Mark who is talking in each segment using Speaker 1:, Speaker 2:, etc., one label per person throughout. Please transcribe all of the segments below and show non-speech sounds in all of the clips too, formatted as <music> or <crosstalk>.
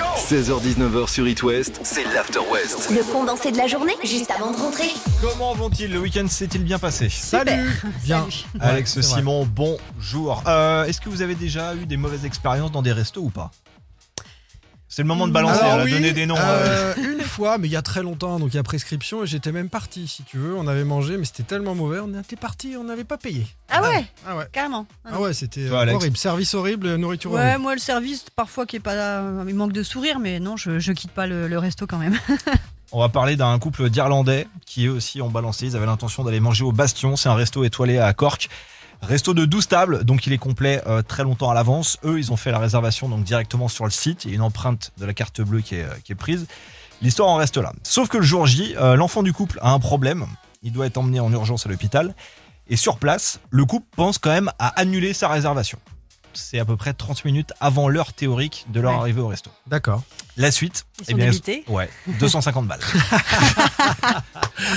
Speaker 1: 16h-19h sur It West, c'est l'After West.
Speaker 2: Le condensé de la journée, juste avant de rentrer.
Speaker 3: Comment vont-ils Le week-end s'est-il bien passé
Speaker 4: Salut Bien.
Speaker 3: Alex
Speaker 4: Ouais, c'est vrai.
Speaker 3: Simon, bonjour. Euh, Est-ce que vous avez déjà eu des mauvaises expériences dans des restos ou pas C'est le moment de balancer,
Speaker 4: Alors
Speaker 3: elle a
Speaker 5: oui,
Speaker 3: donné des noms.
Speaker 4: Ah
Speaker 3: euh.
Speaker 5: euh, une fois, mais il y a très longtemps, donc il y a prescription et j'étais même parti, si tu veux. On avait mangé, mais c'était tellement mauvais, on était parti, on n'avait pas payé.
Speaker 4: Ah ouais,
Speaker 5: Ah ouais.
Speaker 4: carrément. Ah non.
Speaker 5: Ah ouais, c'était
Speaker 3: Toi, Alex.
Speaker 5: horrible. Service horrible, nourriture
Speaker 4: Ouais,
Speaker 5: horrible.
Speaker 4: moi le service parfois qui est pas, euh, il manque de sourire, mais non, je, je quitte pas le, le resto quand même.
Speaker 3: On va parler d'un couple d'Irlandais qui eux aussi ont balancé. Ils avaient l'intention d'aller manger au Bastion. C'est un resto étoilé à Cork. Resto de 12 tables, donc il est complet euh, très longtemps à l'avance. Eux, ils ont fait la réservation donc directement sur le site. Il y a une empreinte de la carte bleue qui est, euh, qui est prise. L'histoire en reste là. Sauf que le jour J, euh, l'enfant du couple a un problème. Il doit être emmené en urgence à l'hôpital. Et sur place, le couple pense quand même à annuler sa réservation. C'est à peu près 30 minutes avant l'heure théorique de leur
Speaker 4: Ouais.
Speaker 3: arrivée au resto.
Speaker 5: D'accord.
Speaker 3: La suite,
Speaker 4: Ils
Speaker 3: eh
Speaker 4: sont
Speaker 3: bien, <laughs>
Speaker 4: débités.
Speaker 3: Ouais, 250 balles.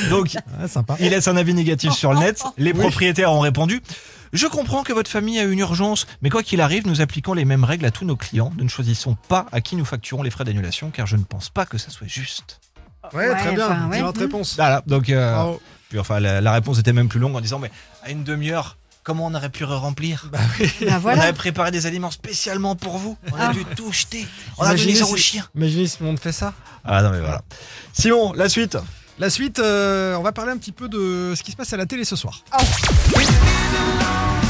Speaker 3: Donc,
Speaker 5: Ah, sympa.
Speaker 3: il laisse un avis négatif sur le net. Les propriétaires ont répondu Je comprends que votre famille a une urgence, mais quoi qu'il arrive, nous appliquons les mêmes règles à tous nos clients. Nous ne choisissons pas à qui nous facturons les frais d'annulation, car je ne pense pas que ça soit juste.
Speaker 5: Ouais, très
Speaker 4: Ouais,
Speaker 5: bien.
Speaker 4: enfin, ouais.
Speaker 5: Excellente réponse.
Speaker 3: Voilà, donc, euh,
Speaker 4: Ah.
Speaker 5: Bravo.
Speaker 3: puis enfin, la, la réponse était même plus longue en disant Mais à une demi-heure, comment on aurait pu remplir
Speaker 4: Bah
Speaker 3: On
Speaker 4: voilà.
Speaker 3: avait préparé des aliments spécialement pour vous. On a
Speaker 4: Ah.
Speaker 3: dû tout jeter. On a donné
Speaker 5: Imaginez
Speaker 3: ça aux
Speaker 5: si-
Speaker 3: chiens.
Speaker 5: Imaginez si tout le monde fait ça.
Speaker 3: Ah non, mais voilà. Simon, la suite
Speaker 5: La suite, euh, on va parler un petit peu de ce qui se passe à la télé ce soir.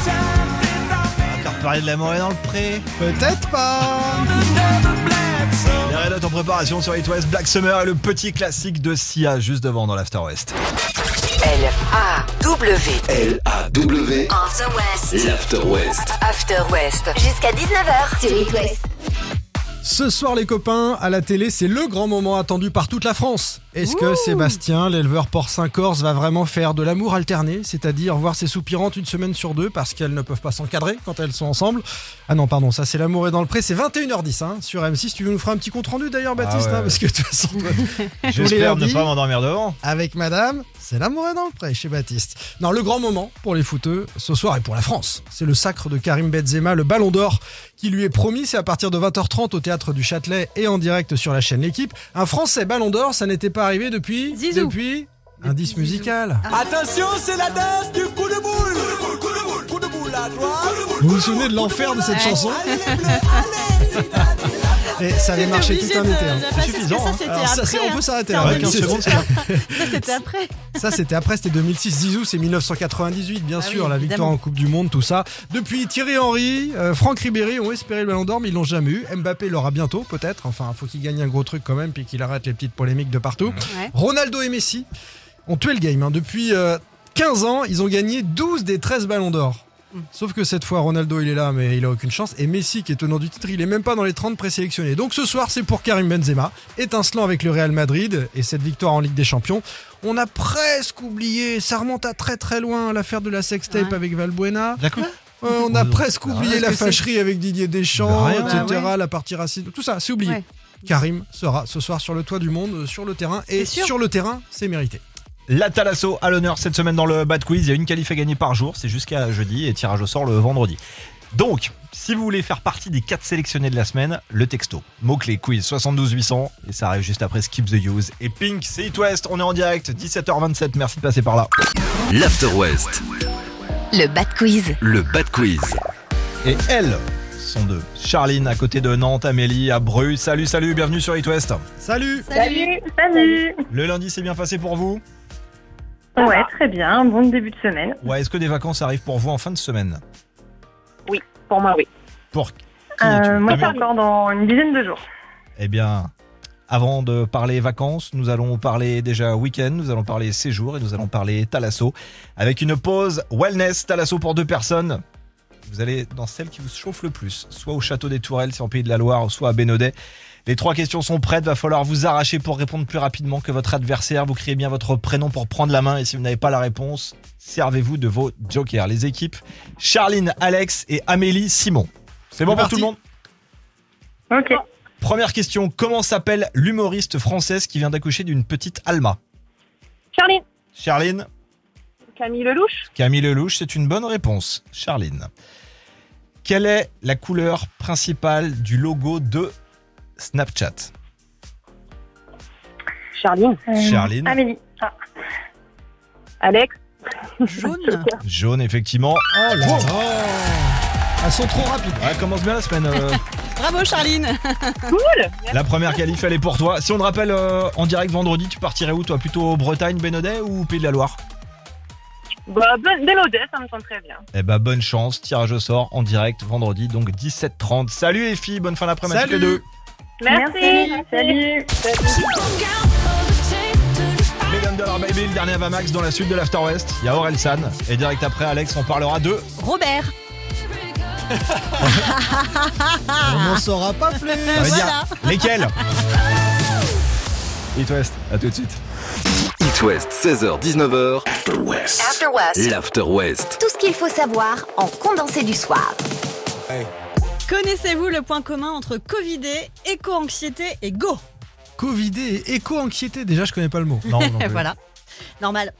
Speaker 3: On va faire parler de la morée dans le pré.
Speaker 5: Peut-être pas
Speaker 3: Les Red Hot en préparation sur It West, Black Summer et le petit classique de Sia juste devant dans l'After West.
Speaker 6: L-A-W,
Speaker 1: L-A-W,
Speaker 2: After West.
Speaker 1: l'After West.
Speaker 6: After West.
Speaker 2: Jusqu'à 19h sur It West.
Speaker 5: Ce soir, les copains, à la télé, c'est le grand moment attendu par toute la France. Est-ce que Sébastien, l'éleveur porcin corse, va vraiment faire de l'amour alterné, c'est-à-dire voir ses soupirantes une semaine sur deux parce qu'elles ne peuvent pas s'encadrer quand elles sont ensemble Ah non, pardon, ça c'est l'amour est dans le pré, c'est 21h10 hein, sur M6. Tu nous feras un petit compte rendu d'ailleurs,
Speaker 3: Ah
Speaker 5: Baptiste,
Speaker 3: ouais.
Speaker 5: hein, parce que de toute façon, toi,
Speaker 3: J'espère ne
Speaker 5: lundis.
Speaker 3: pas m'endormir devant.
Speaker 5: avec madame, c'est l'amour est dans le pré chez Baptiste. Non, le grand moment pour les footeux ce soir et pour la France, c'est le sacre de Karim Benzema, le ballon d'or qui lui est promis. C'est à partir de 20h30 au théâtre du Châtelet et en direct sur la chaîne L'équipe. Un Français ballon d'or, ça n'était pas arrivé depuis.
Speaker 4: Zizou.
Speaker 5: Depuis. Indice
Speaker 4: Zizou. Ah.
Speaker 5: musical.
Speaker 7: Attention, c'est la danse du coup de boule. Coup de boule, coup de boule, coup de boule à droite.
Speaker 5: Vous vous souvenez de l'enfer de cette
Speaker 4: Ouais. Ah.
Speaker 5: chanson
Speaker 7: Allez, les bleus, allez, Zidane.
Speaker 5: Et ça avait marché tout un été. hein.
Speaker 3: suffisant, hein.
Speaker 5: Alors ça, c'est- on peut s'arrêter là.
Speaker 3: Ouais, 15
Speaker 5: C'est-
Speaker 3: secondes, Ah, c'est
Speaker 4: Ça, <laughs> c'était après.
Speaker 5: Ça, c'était après, c'était 2006. Zizou, c'est 1998, bien
Speaker 4: Ah
Speaker 5: sûr,
Speaker 4: oui,
Speaker 5: la victoire
Speaker 4: évidemment.
Speaker 5: en Coupe du Monde, tout ça. Depuis, Thierry Henry, euh, Franck Ribéry ont espéré le Ballon d'Or, mais ils l'ont jamais eu. Mbappé l'aura bientôt, peut-être. Enfin, faut qu'il gagne un gros truc quand même, puis qu'il arrête les petites polémiques de partout.
Speaker 4: Ouais.
Speaker 5: Ronaldo et Messi ont tué le game. hein. Depuis euh, 15 ans, ils ont gagné 12 des 13 Ballons d'Or. Sauf que cette fois, Ronaldo, il est là, mais il a aucune chance. Et Messi, qui est tenant du titre, il est même pas dans les 30 présélectionnés. Donc ce soir, c'est pour Karim Benzema, étincelant avec le Real Madrid et cette victoire en Ligue des Champions. On a presque oublié, ça remonte à très très loin, l'affaire de la sextape
Speaker 4: Ouais.
Speaker 5: avec Valbuena.
Speaker 3: D'accord.
Speaker 5: Euh, on
Speaker 3: Bah,
Speaker 5: a
Speaker 3: Ouais,
Speaker 5: presque
Speaker 3: bah,
Speaker 5: oublié
Speaker 3: est-ce
Speaker 5: la
Speaker 3: que c'est-
Speaker 5: fâcherie avec Didier
Speaker 3: Bah,
Speaker 5: Deschamps,
Speaker 3: rien.
Speaker 5: etc.,
Speaker 4: Bah,
Speaker 5: la partie raciste, tout ça, c'est oublié.
Speaker 4: Ouais.
Speaker 5: Karim sera ce soir sur le toit du monde, euh, sur le terrain, et
Speaker 4: C'est sûr.
Speaker 5: sur le terrain, c'est mérité.
Speaker 3: La Talasso à l'honneur cette semaine dans le Bad Quiz. Il y a une qualif à gagner par jour, c'est jusqu'à jeudi et tirage au sort le vendredi. Donc, si vous voulez faire partie des 4 sélectionnés de la semaine, le texto. Mot-clé quiz 72 800 et ça arrive juste après Skip the Use. Et Pink, c'est It West, on est en direct, 17h27, merci de passer par là.
Speaker 1: L'After West,
Speaker 2: Le Bad Quiz.
Speaker 1: le Bad Quiz.
Speaker 3: Et elles sont deux. Charline à côté de Nantes, Amélie à Bru. Salut, salut, bienvenue sur It West.
Speaker 5: Salut
Speaker 8: Salut, salut.
Speaker 3: Le lundi s'est bien passé pour vous
Speaker 8: Ouais, très bien. Bon début de semaine.
Speaker 3: Ouais, est-ce que des vacances arrivent pour vous en fin de semaine
Speaker 8: Pour moi, oui.
Speaker 3: Pour qui
Speaker 8: Euh,
Speaker 3: es-tu
Speaker 8: moi, c'est
Speaker 3: Camille
Speaker 8: encore dans une dizaine de jours.
Speaker 3: Eh bien, avant de parler vacances, nous allons parler déjà week-end, nous allons parler séjour et nous allons parler Talasso. Avec une pause wellness Talasso pour deux personnes. Vous allez dans celle qui vous chauffe le plus, soit au Château des Tourelles, si en Pays de la Loire, soit à Bénodet. Les trois questions sont prêtes, va falloir vous arracher pour répondre plus rapidement que votre adversaire. Vous criez bien votre prénom pour prendre la main et si vous n'avez pas la réponse, servez-vous de vos jokers. Les équipes, Charline, Alex et Amélie Simon. C'est bon pour
Speaker 5: C'est parti.
Speaker 3: tout le monde
Speaker 8: Ok.
Speaker 3: Première question, comment s'appelle l'humoriste française qui vient d'accoucher d'une petite Alma
Speaker 8: Charline,
Speaker 3: Charline,
Speaker 8: Camille Lelouch,
Speaker 3: Camille Lelouch, c'est une bonne réponse. Charline. Quelle est la couleur principale du logo de Snapchat
Speaker 8: Charline.
Speaker 3: Charline.
Speaker 8: Euh, Amélie. Ah. Alex.
Speaker 4: Jaune.
Speaker 3: Jaune, effectivement.
Speaker 5: Oh là là Elles sont trop rapides.
Speaker 3: Ouais, commence bien la semaine. euh,
Speaker 4: Bravo Charline.
Speaker 3: la première qualif, elle est pour toi. Si on te rappelle euh, en direct vendredi, tu partirais où toi Plutôt Bretagne, Bénodet ou Pays de la Loire
Speaker 8: Bah, ben, Benaudet, ça me semble très bien.
Speaker 3: Eh bah bonne chance, tirage au sort en direct vendredi, donc 17h30. Salut les filles, bonne fin d'après-midi à toutes les
Speaker 5: Salut.
Speaker 3: deux.
Speaker 8: Merci. Salut. Euh,
Speaker 3: Million Dollar Baby, le dernier Avamax dans la suite de l'After West. Il y a Aurel San. Et direct après, Alex, on parlera de.
Speaker 4: Robert.
Speaker 5: On n'en saura pas
Speaker 4: Ah.
Speaker 5: plus.
Speaker 3: On va dire lesquels It West, à tout de suite.
Speaker 1: It West, 16h-19h.
Speaker 2: After West.
Speaker 1: L'After West.
Speaker 2: Tout ce qu'il faut savoir en condensé du soir.
Speaker 4: Connaissez-vous le point commun entre Covidé, éco-anxiété et Go
Speaker 5: Covidé et éco-anxiété, déjà je connais pas le mot.
Speaker 3: Non, non
Speaker 4: Et
Speaker 3: plus.
Speaker 4: Voilà. Normal.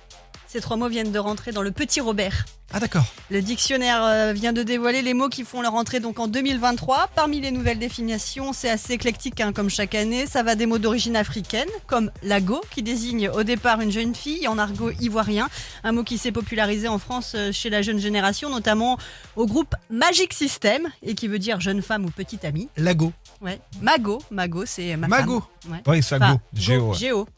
Speaker 4: Ces trois mots viennent de rentrer dans le petit Robert.
Speaker 5: Ah d'accord.
Speaker 4: Le dictionnaire euh, vient de dévoiler les mots qui font leur entrée donc en 2023. Parmi les nouvelles définitions, c'est assez éclectique hein, comme chaque année. Ça va des mots d'origine africaine, comme lago, qui désigne au départ une jeune fille, en argot ivoirien, un mot qui s'est popularisé en France euh, chez la jeune génération, notamment au groupe Magic System, et qui veut dire jeune femme ou petite amie.
Speaker 5: Lago.
Speaker 4: Ouais. Mago, mago, c'est ma femme.
Speaker 5: Mago.
Speaker 4: Ouais.
Speaker 3: Oui, ça
Speaker 4: Enfin,
Speaker 3: go. Géo.
Speaker 4: go, Géo.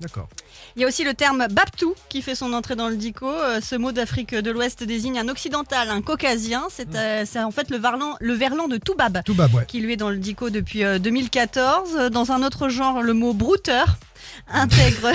Speaker 5: D'accord.
Speaker 4: Il y a aussi le terme Baptou qui fait son entrée dans le dico. Euh, Ce mot d'Afrique de l'Ouest désigne un occidental, un caucasien.
Speaker 3: Mm.
Speaker 4: C'est euh, c'est en fait le, varlan- le verlan de Toubab
Speaker 5: Tout bab, ouais.
Speaker 4: qui lui est dans le dico depuis euh, 2014. Euh, Dans un autre genre, le mot brouteur
Speaker 3: <laughs>
Speaker 4: intègre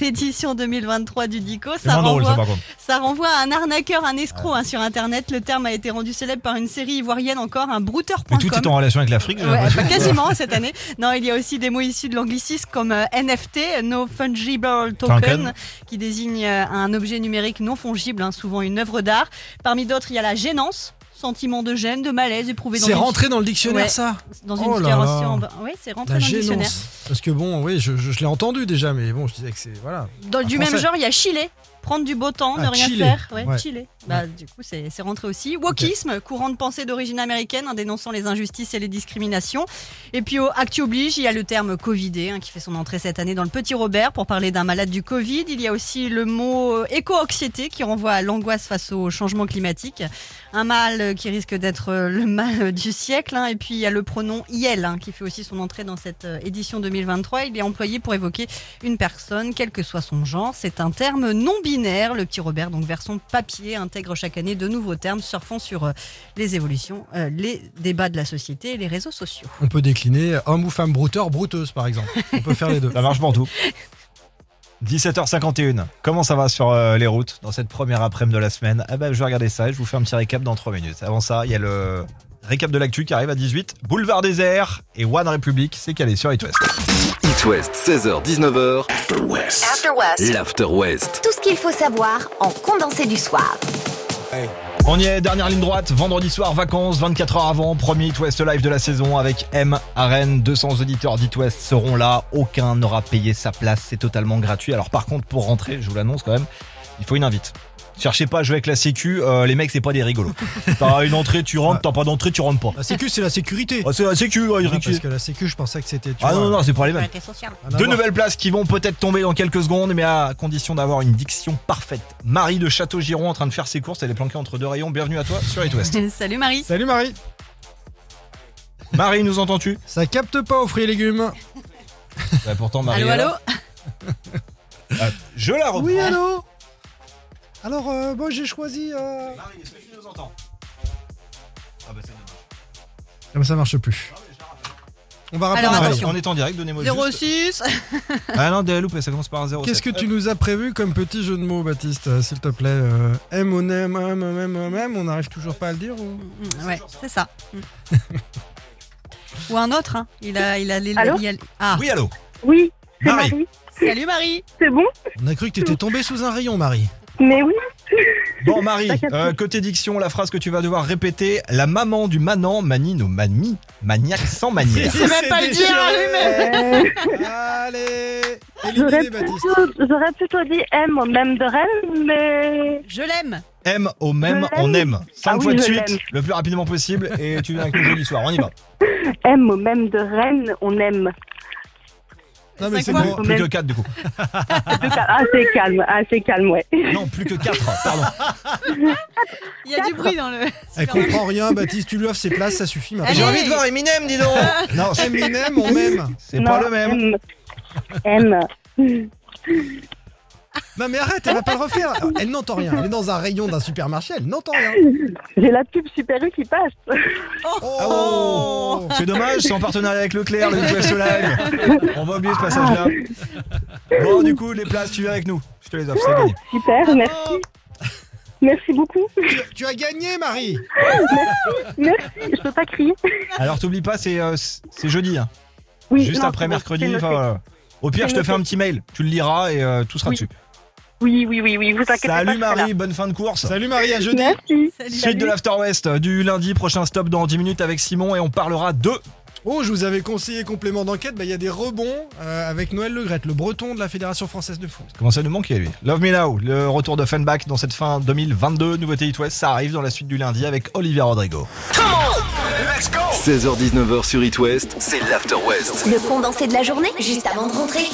Speaker 4: l'édition 2023 du dico.
Speaker 3: C'est moins drôle, ça, Ah. par contre.
Speaker 4: Ça renvoie à un arnaqueur, un escroc hein, sur Internet. Le terme a été rendu célèbre par une série ivoirienne encore, un brouteur.com.
Speaker 3: Mais tout est en relation avec l'Afrique, j'ai
Speaker 4: Ouais,
Speaker 3: l'impression.
Speaker 4: bah, quasiment cette année. Non, il y a aussi des mots issus de l'anglicisme comme euh, NFT, No Fungible Token,
Speaker 3: Token.
Speaker 4: qui désigne euh, un objet numérique non fongible, hein, souvent une œuvre d'art. Parmi d'autres, il y a la gênance, sentiment de gêne, de malaise éprouvé dans
Speaker 5: C'est
Speaker 4: une,
Speaker 5: rentré dans le dictionnaire
Speaker 4: Ouais.
Speaker 5: ça
Speaker 4: dans une
Speaker 5: Oh là
Speaker 4: situation.
Speaker 5: là.
Speaker 4: Oui, c'est rentré
Speaker 5: La
Speaker 4: dans le dictionnaire.
Speaker 5: gênance. Parce que bon, oui, je, je- je l'ai entendu déjà, mais bon, je disais que c'est. Voilà.
Speaker 4: Dans,
Speaker 5: Un
Speaker 4: du
Speaker 5: Français.
Speaker 4: même genre, il y a chiller. Prendre du beau temps, ne
Speaker 5: Ah,
Speaker 4: rien
Speaker 5: chiller.
Speaker 4: faire. Ouais,
Speaker 5: Ouais.
Speaker 4: chiller. Bah, Du coup, c'est c'est rentré aussi. Wokisme, courant de pensée d'origine américaine, hein, dénonçant les injustices et les discriminations. Et puis au Actu Oblige, il y a le terme Covidé, hein, qui fait son entrée cette année dans le Petit Robert pour parler d'un malade du Covid. Il y a aussi le mot euh, éco-anxiété, qui renvoie à l'angoisse face au changement climatique. Un mal euh, qui risque d'être euh, le mal <laughs> euh, du siècle. hein. Et puis il y a le pronom IL, hein, qui fait aussi son entrée dans cette euh, édition 2023. Il est employé pour évoquer une personne, quel que soit son genre. C'est un terme non binaire. Le petit Robert, donc version papier, intègre chaque année de nouveaux termes surfant sur euh, les évolutions, euh, les débats de la société et les réseaux sociaux.
Speaker 5: On peut décliner homme ou femme brouteur, brouteuse par exemple. On peut faire les
Speaker 3: <laughs>
Speaker 5: deux.
Speaker 3: Ça marche pour tout. 17h51. Comment ça va sur euh, les routes dans cette première après-midi de la semaine Ah bah, Je vais regarder ça et je vous fais un petit récap dans 3 minutes. Avant ça, il y a le récap de l'actu qui arrive à 18. Boulevard désert et One République, c'est calé sur It West.
Speaker 1: It West, 16h-19h.
Speaker 2: After West.
Speaker 1: L'After West.
Speaker 2: Tout ce qu'il faut savoir en condensé du soir.
Speaker 3: On y est, dernière ligne droite, vendredi soir, vacances, 24 heures avant, premier It West Live de la saison avec M à Rennes. 200 auditeurs d'It West seront là, aucun n'aura payé sa place, c'est totalement gratuit. Alors par contre, pour rentrer, je vous l'annonce quand même, il faut une invite. Cherchez pas à jouer avec la sécu, euh, les mecs c'est pas des
Speaker 5: <laughs>
Speaker 3: rigolos. T'as une entrée, tu rentres, t'as pas d'entrée, tu rentres pas.
Speaker 5: La sécu, c'est la sécurité.
Speaker 3: Ah, c'est la sécu, ouais, ils
Speaker 5: Ouais,
Speaker 3: récusent.
Speaker 5: parce que la sécu, je pensais que c'était. tu
Speaker 3: Ah
Speaker 5: vois,
Speaker 3: non, non, c'est pour les mêmes.
Speaker 5: un
Speaker 3: Deux
Speaker 5: avoir.
Speaker 3: nouvelles places qui vont peut-être tomber dans quelques secondes, mais à condition d'avoir une diction parfaite. Marie de Château-Giron en train de faire ses courses, elle est planquée entre deux rayons. Bienvenue à toi sur It West.
Speaker 4: <laughs> Salut Marie.
Speaker 5: Salut Marie.
Speaker 3: Marie, nous entends-tu
Speaker 5: Ça capte pas aux fruits et légumes.
Speaker 3: Bah, pourtant, Marie.
Speaker 4: Allô,
Speaker 3: est là.
Speaker 4: allô.
Speaker 3: Ah, je la reprends.
Speaker 5: Oui, allô Alors, euh, moi j'ai choisi. euh,
Speaker 3: Marie, est-ce que tu nous entends Ah, bah, c'est dommage.
Speaker 5: Ah bah, ça marche plus. On va rappeler
Speaker 4: Alors,
Speaker 5: Marie.
Speaker 4: attention.
Speaker 3: On est en direct, donnez-moi juste. <laughs>
Speaker 4: 06.
Speaker 3: Ah non, des loupé, ça commence par 0.
Speaker 5: Qu'est-ce que tu nous as prévu comme petit jeu de mots, Baptiste euh, S'il te plaît. euh, M, on aime, M, E M, M, M, on n'arrive toujours pas à le dire ou...
Speaker 4: Mm, Ouais,
Speaker 3: <laughs>
Speaker 4: c'est ça. Mm. Ou un autre, hein. il a, il a les.
Speaker 8: Allô
Speaker 4: il a- Ah,
Speaker 3: Oui, allô
Speaker 8: Oui, c'est
Speaker 3: Marie.
Speaker 8: Marie.
Speaker 4: salut Marie.
Speaker 8: C'est bon
Speaker 5: On a cru que t'étais tombé sous un rayon, Marie.
Speaker 8: Mais oui.
Speaker 3: Bon, Marie, euh, côté diction, la phrase que tu vas devoir répéter La maman du manant manie nos mamies, maniaques sans
Speaker 5: <laughs>
Speaker 3: manière.
Speaker 4: <laughs> C'est même pas le dire à lui-même.
Speaker 8: Euh,
Speaker 5: Allez
Speaker 8: J'aurais
Speaker 5: Éliminé, Baptiste.
Speaker 8: plutôt, j'aurais plutôt dit M, même de Rennes, mais
Speaker 4: Je l'aime.
Speaker 3: M au même,
Speaker 6: Je l'aime.
Speaker 3: on aime. Cinq
Speaker 6: Ah oui,
Speaker 3: fois de
Speaker 6: je
Speaker 3: suite,
Speaker 6: l'aime.
Speaker 3: le plus rapidement possible, et tu viens avec le jeu de l'histoire. On y va.
Speaker 6: M au même de Rennes, on aime.
Speaker 5: Non, mais
Speaker 4: C'est
Speaker 5: c'est
Speaker 4: quoi
Speaker 5: bon.
Speaker 3: Bon, plus que 4 du coup.
Speaker 6: Ah, c'est calme, ah, c'est calme, ouais.
Speaker 3: Non, plus que 4, pardon.
Speaker 4: Il y a du bruit dans le.
Speaker 5: Elle comprend rien, Baptiste, tu lui offres ses places, ça suffit maintenant.
Speaker 4: J'ai envie de voir
Speaker 3: Eminem, dis
Speaker 5: <laughs>
Speaker 3: donc Non, c'est-
Speaker 5: Eminem, on m'aime.
Speaker 3: c'est pas le même.
Speaker 6: M. M.
Speaker 5: Non, mais arrête, elle va pas le refaire. Elle n'entend rien. Elle est dans un rayon d'un supermarché, elle n'entend rien.
Speaker 6: J'ai la pub Super U qui passe.
Speaker 5: Oh
Speaker 3: Ah C'est dommage, c'est en partenariat avec Leclerc, le Quest Live. On va oublier ce passage-là.
Speaker 6: Ah.
Speaker 3: Bon, du coup, les places, tu viens avec nous. Je te les offre, c'est gagné.
Speaker 6: Super, merci. Merci beaucoup.
Speaker 5: tu, tu as gagné, Marie.
Speaker 6: Merci. Je peux pas crier.
Speaker 3: Alors, t'oublie pas, c'est euh, c'est- c'est jeudi, hein.
Speaker 6: Oui,
Speaker 3: juste
Speaker 6: non,
Speaker 3: après
Speaker 6: c'est bon,
Speaker 3: mercredi.
Speaker 6: c'est noté.
Speaker 3: enfin, voilà. Au pire,
Speaker 6: C'est
Speaker 3: je te fais un
Speaker 6: noté.
Speaker 3: petit mail. Tu le liras et euh, tout sera
Speaker 6: Oui,
Speaker 3: dessus.
Speaker 6: Oui, oui, oui, oui, vous inquiétez pas.
Speaker 3: Salut
Speaker 6: je serai là.
Speaker 3: Marie, bonne fin de course.
Speaker 5: Salut, Marie, à jeudi.
Speaker 6: Merci.
Speaker 3: Suite de l'After West euh, du lundi, prochain stop dans 10 minutes avec Simon et on parlera de.
Speaker 5: Oh, je vous avais conseillé complément d'enquête. Bah, il y a des rebonds euh, avec Noël Legrette, le breton de la Fédération française de foot.
Speaker 3: Comment ça nous manquer lui Love Me Now, le retour de Funback dans cette fin 2022. Nouveauté It West, ça arrive dans la suite du lundi avec Olivia Rodrigo.
Speaker 1: 16h-19h sur It West, c'est l'After West.
Speaker 2: Le condensé de la journée, juste avant de rentrer.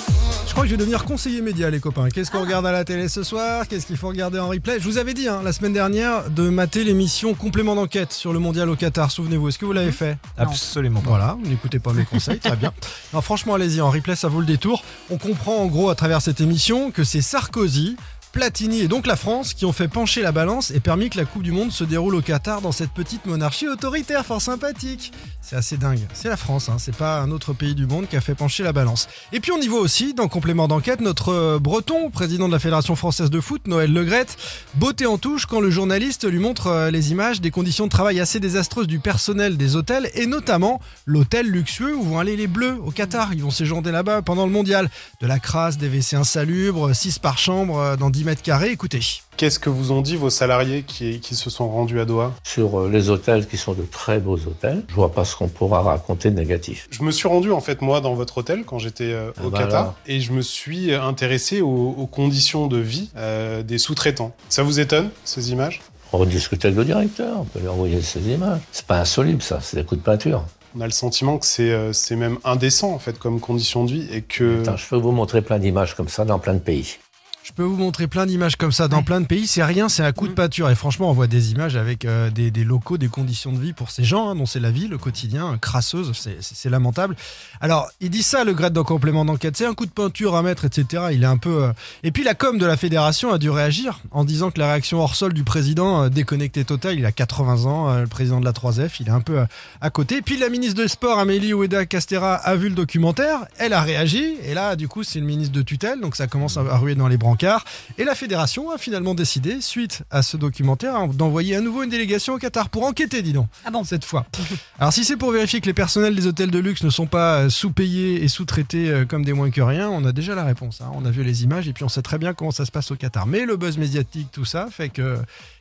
Speaker 5: Je crois que je vais devenir conseiller média, les copains. Qu'est-ce qu'on regarde à la télé ce soir Qu'est-ce qu'il faut regarder en replay Je vous avais dit hein, la semaine dernière de mater l'émission complément d'enquête sur le mondial au Qatar. Souvenez-vous, est-ce que vous l'avez fait
Speaker 4: Non.
Speaker 3: Absolument pas.
Speaker 5: Voilà, vous n'écoutez pas mes conseils,
Speaker 3: <laughs>
Speaker 5: très bien. Non, franchement, allez-y, en replay, ça vaut le détour. On comprend en gros à travers cette émission que c'est Sarkozy, Platini et donc la France qui ont fait pencher la balance et permis que la Coupe du Monde se déroule au Qatar dans cette petite monarchie autoritaire fort sympathique. C'est assez dingue. C'est la France, hein, c'est pas un autre pays du monde qui a fait pencher la balance. Et puis on y voit aussi, dans complément d'enquête, notre euh, breton, président de la Fédération française de foot, Noël Legrette, beauté en touche quand le journaliste lui montre euh, les images des conditions de travail assez désastreuses du personnel des hôtels et notamment l'hôtel luxueux où vont aller les Bleus au Qatar. Ils vont séjourner là-bas pendant le mondial. De la crasse, des WC insalubres, 6 par chambre euh, dans 10 mètres carrés. Écoutez.
Speaker 9: Qu'est-ce que vous ont dit vos salariés qui, qui se sont rendus à Doha
Speaker 10: sur euh, les hôtels qui sont de très beaux hôtels. Je vois pas ce qu'on pourra raconter de négatif.
Speaker 9: Je me suis rendu en fait moi dans votre hôtel quand j'étais euh,
Speaker 10: Ah
Speaker 9: au
Speaker 10: bah
Speaker 9: Qatar
Speaker 10: alors.
Speaker 9: et je me suis intéressé aux, aux conditions de vie euh, des sous-traitants. Ça vous étonne ces images
Speaker 10: On discute avec le directeur, on peut lui envoyer ces images. C'est pas insoluble ça, c'est des coups de peinture.
Speaker 9: On a le sentiment que c'est euh, c'est même indécent en fait comme condition de vie et que
Speaker 10: Attends, je peux vous montrer plein d'images comme ça dans plein de pays.
Speaker 5: Je peux vous montrer plein d'images comme ça dans plein de pays. C'est rien, c'est un coup de pâture. Et franchement, on voit des images avec euh, des, des locaux, des conditions de vie pour ces gens, hein, dont c'est la vie, le quotidien, euh, crasseuse, c'est- c'est c'est lamentable. Alors, il dit ça, le grade dans complément d'enquête. C'est un coup de peinture à mettre, etc. Il est un peu. euh, Et puis, la com de la fédération a dû réagir en disant que la réaction hors sol du président, euh, déconnecté total, il a 80 ans, euh, le président de la 3F, il est un peu euh, à côté. Et puis, la ministre des Sports, Amélie Oueda Castera, a vu le documentaire. Elle a réagi. Et là, du coup, c'est le ministre de tutelle, donc ça commence à à ruer dans les brancards. Et la fédération a finalement décidé, suite à ce documentaire, hein, d'envoyer à nouveau une délégation au Qatar pour enquêter, dis donc
Speaker 4: Ah bon
Speaker 5: cette fois. <laughs> Alors si c'est pour vérifier que les personnels des hôtels de luxe ne sont pas euh, sous-payés et sous-traités euh, comme des moins que rien, on a déjà la réponse. hein. On a vu les images et puis on sait très bien comment ça se passe au Qatar. Mais le buzz médiatique, tout ça, fait que euh,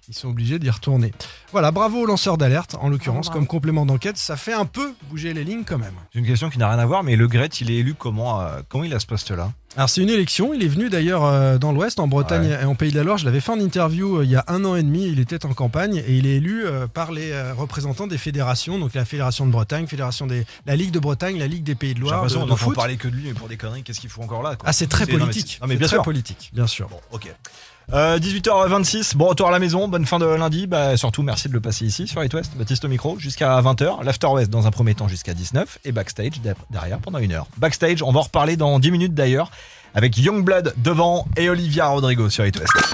Speaker 5: ils sont obligés d'y retourner. Voilà, bravo aux lanceurs d'alerte, en l'occurrence,
Speaker 4: Ah, bravo.
Speaker 5: comme complément d'enquête, ça fait un peu bouger les lignes quand même.
Speaker 3: C'est une question qui n'a rien à voir, mais Le Gret, il est élu comment euh, Comment il a ce poste-là
Speaker 5: Alors c'est une élection, il est venu d'ailleurs euh, dans l'Ouest, en Bretagne et en Pays de la Loire. Je l'avais fait en interview euh, il y a un an et demi, il était en campagne et il est élu euh, par les euh, représentants des fédérations, donc la Fédération de Bretagne, fédération des, la Ligue de Bretagne, la Ligue des Pays de
Speaker 3: J'ai
Speaker 5: Loire.
Speaker 3: l'impression
Speaker 5: de-
Speaker 3: qu'on
Speaker 5: de
Speaker 3: en faut
Speaker 5: foot.
Speaker 3: parler que de lui, mais pour des conneries, qu'est-ce qu'il faut encore là quoi
Speaker 5: Ah c'est très
Speaker 3: non, mais
Speaker 5: politique,
Speaker 3: c'est- Non mais,
Speaker 5: C'est
Speaker 3: bien
Speaker 5: très
Speaker 3: sûr.
Speaker 5: politique, bien sûr.
Speaker 3: Bon, ok. Euh, 18h26, bon retour à la maison, bonne fin de lundi. Bah, surtout, merci de le passer ici sur It West. Baptiste au micro jusqu'à 20h. L'After West dans un premier temps jusqu'à 19h et backstage d'ap- derrière pendant une heure. Backstage, on va en reparler dans 10 minutes d'ailleurs avec Youngblood devant et Olivia Rodrigo sur It West.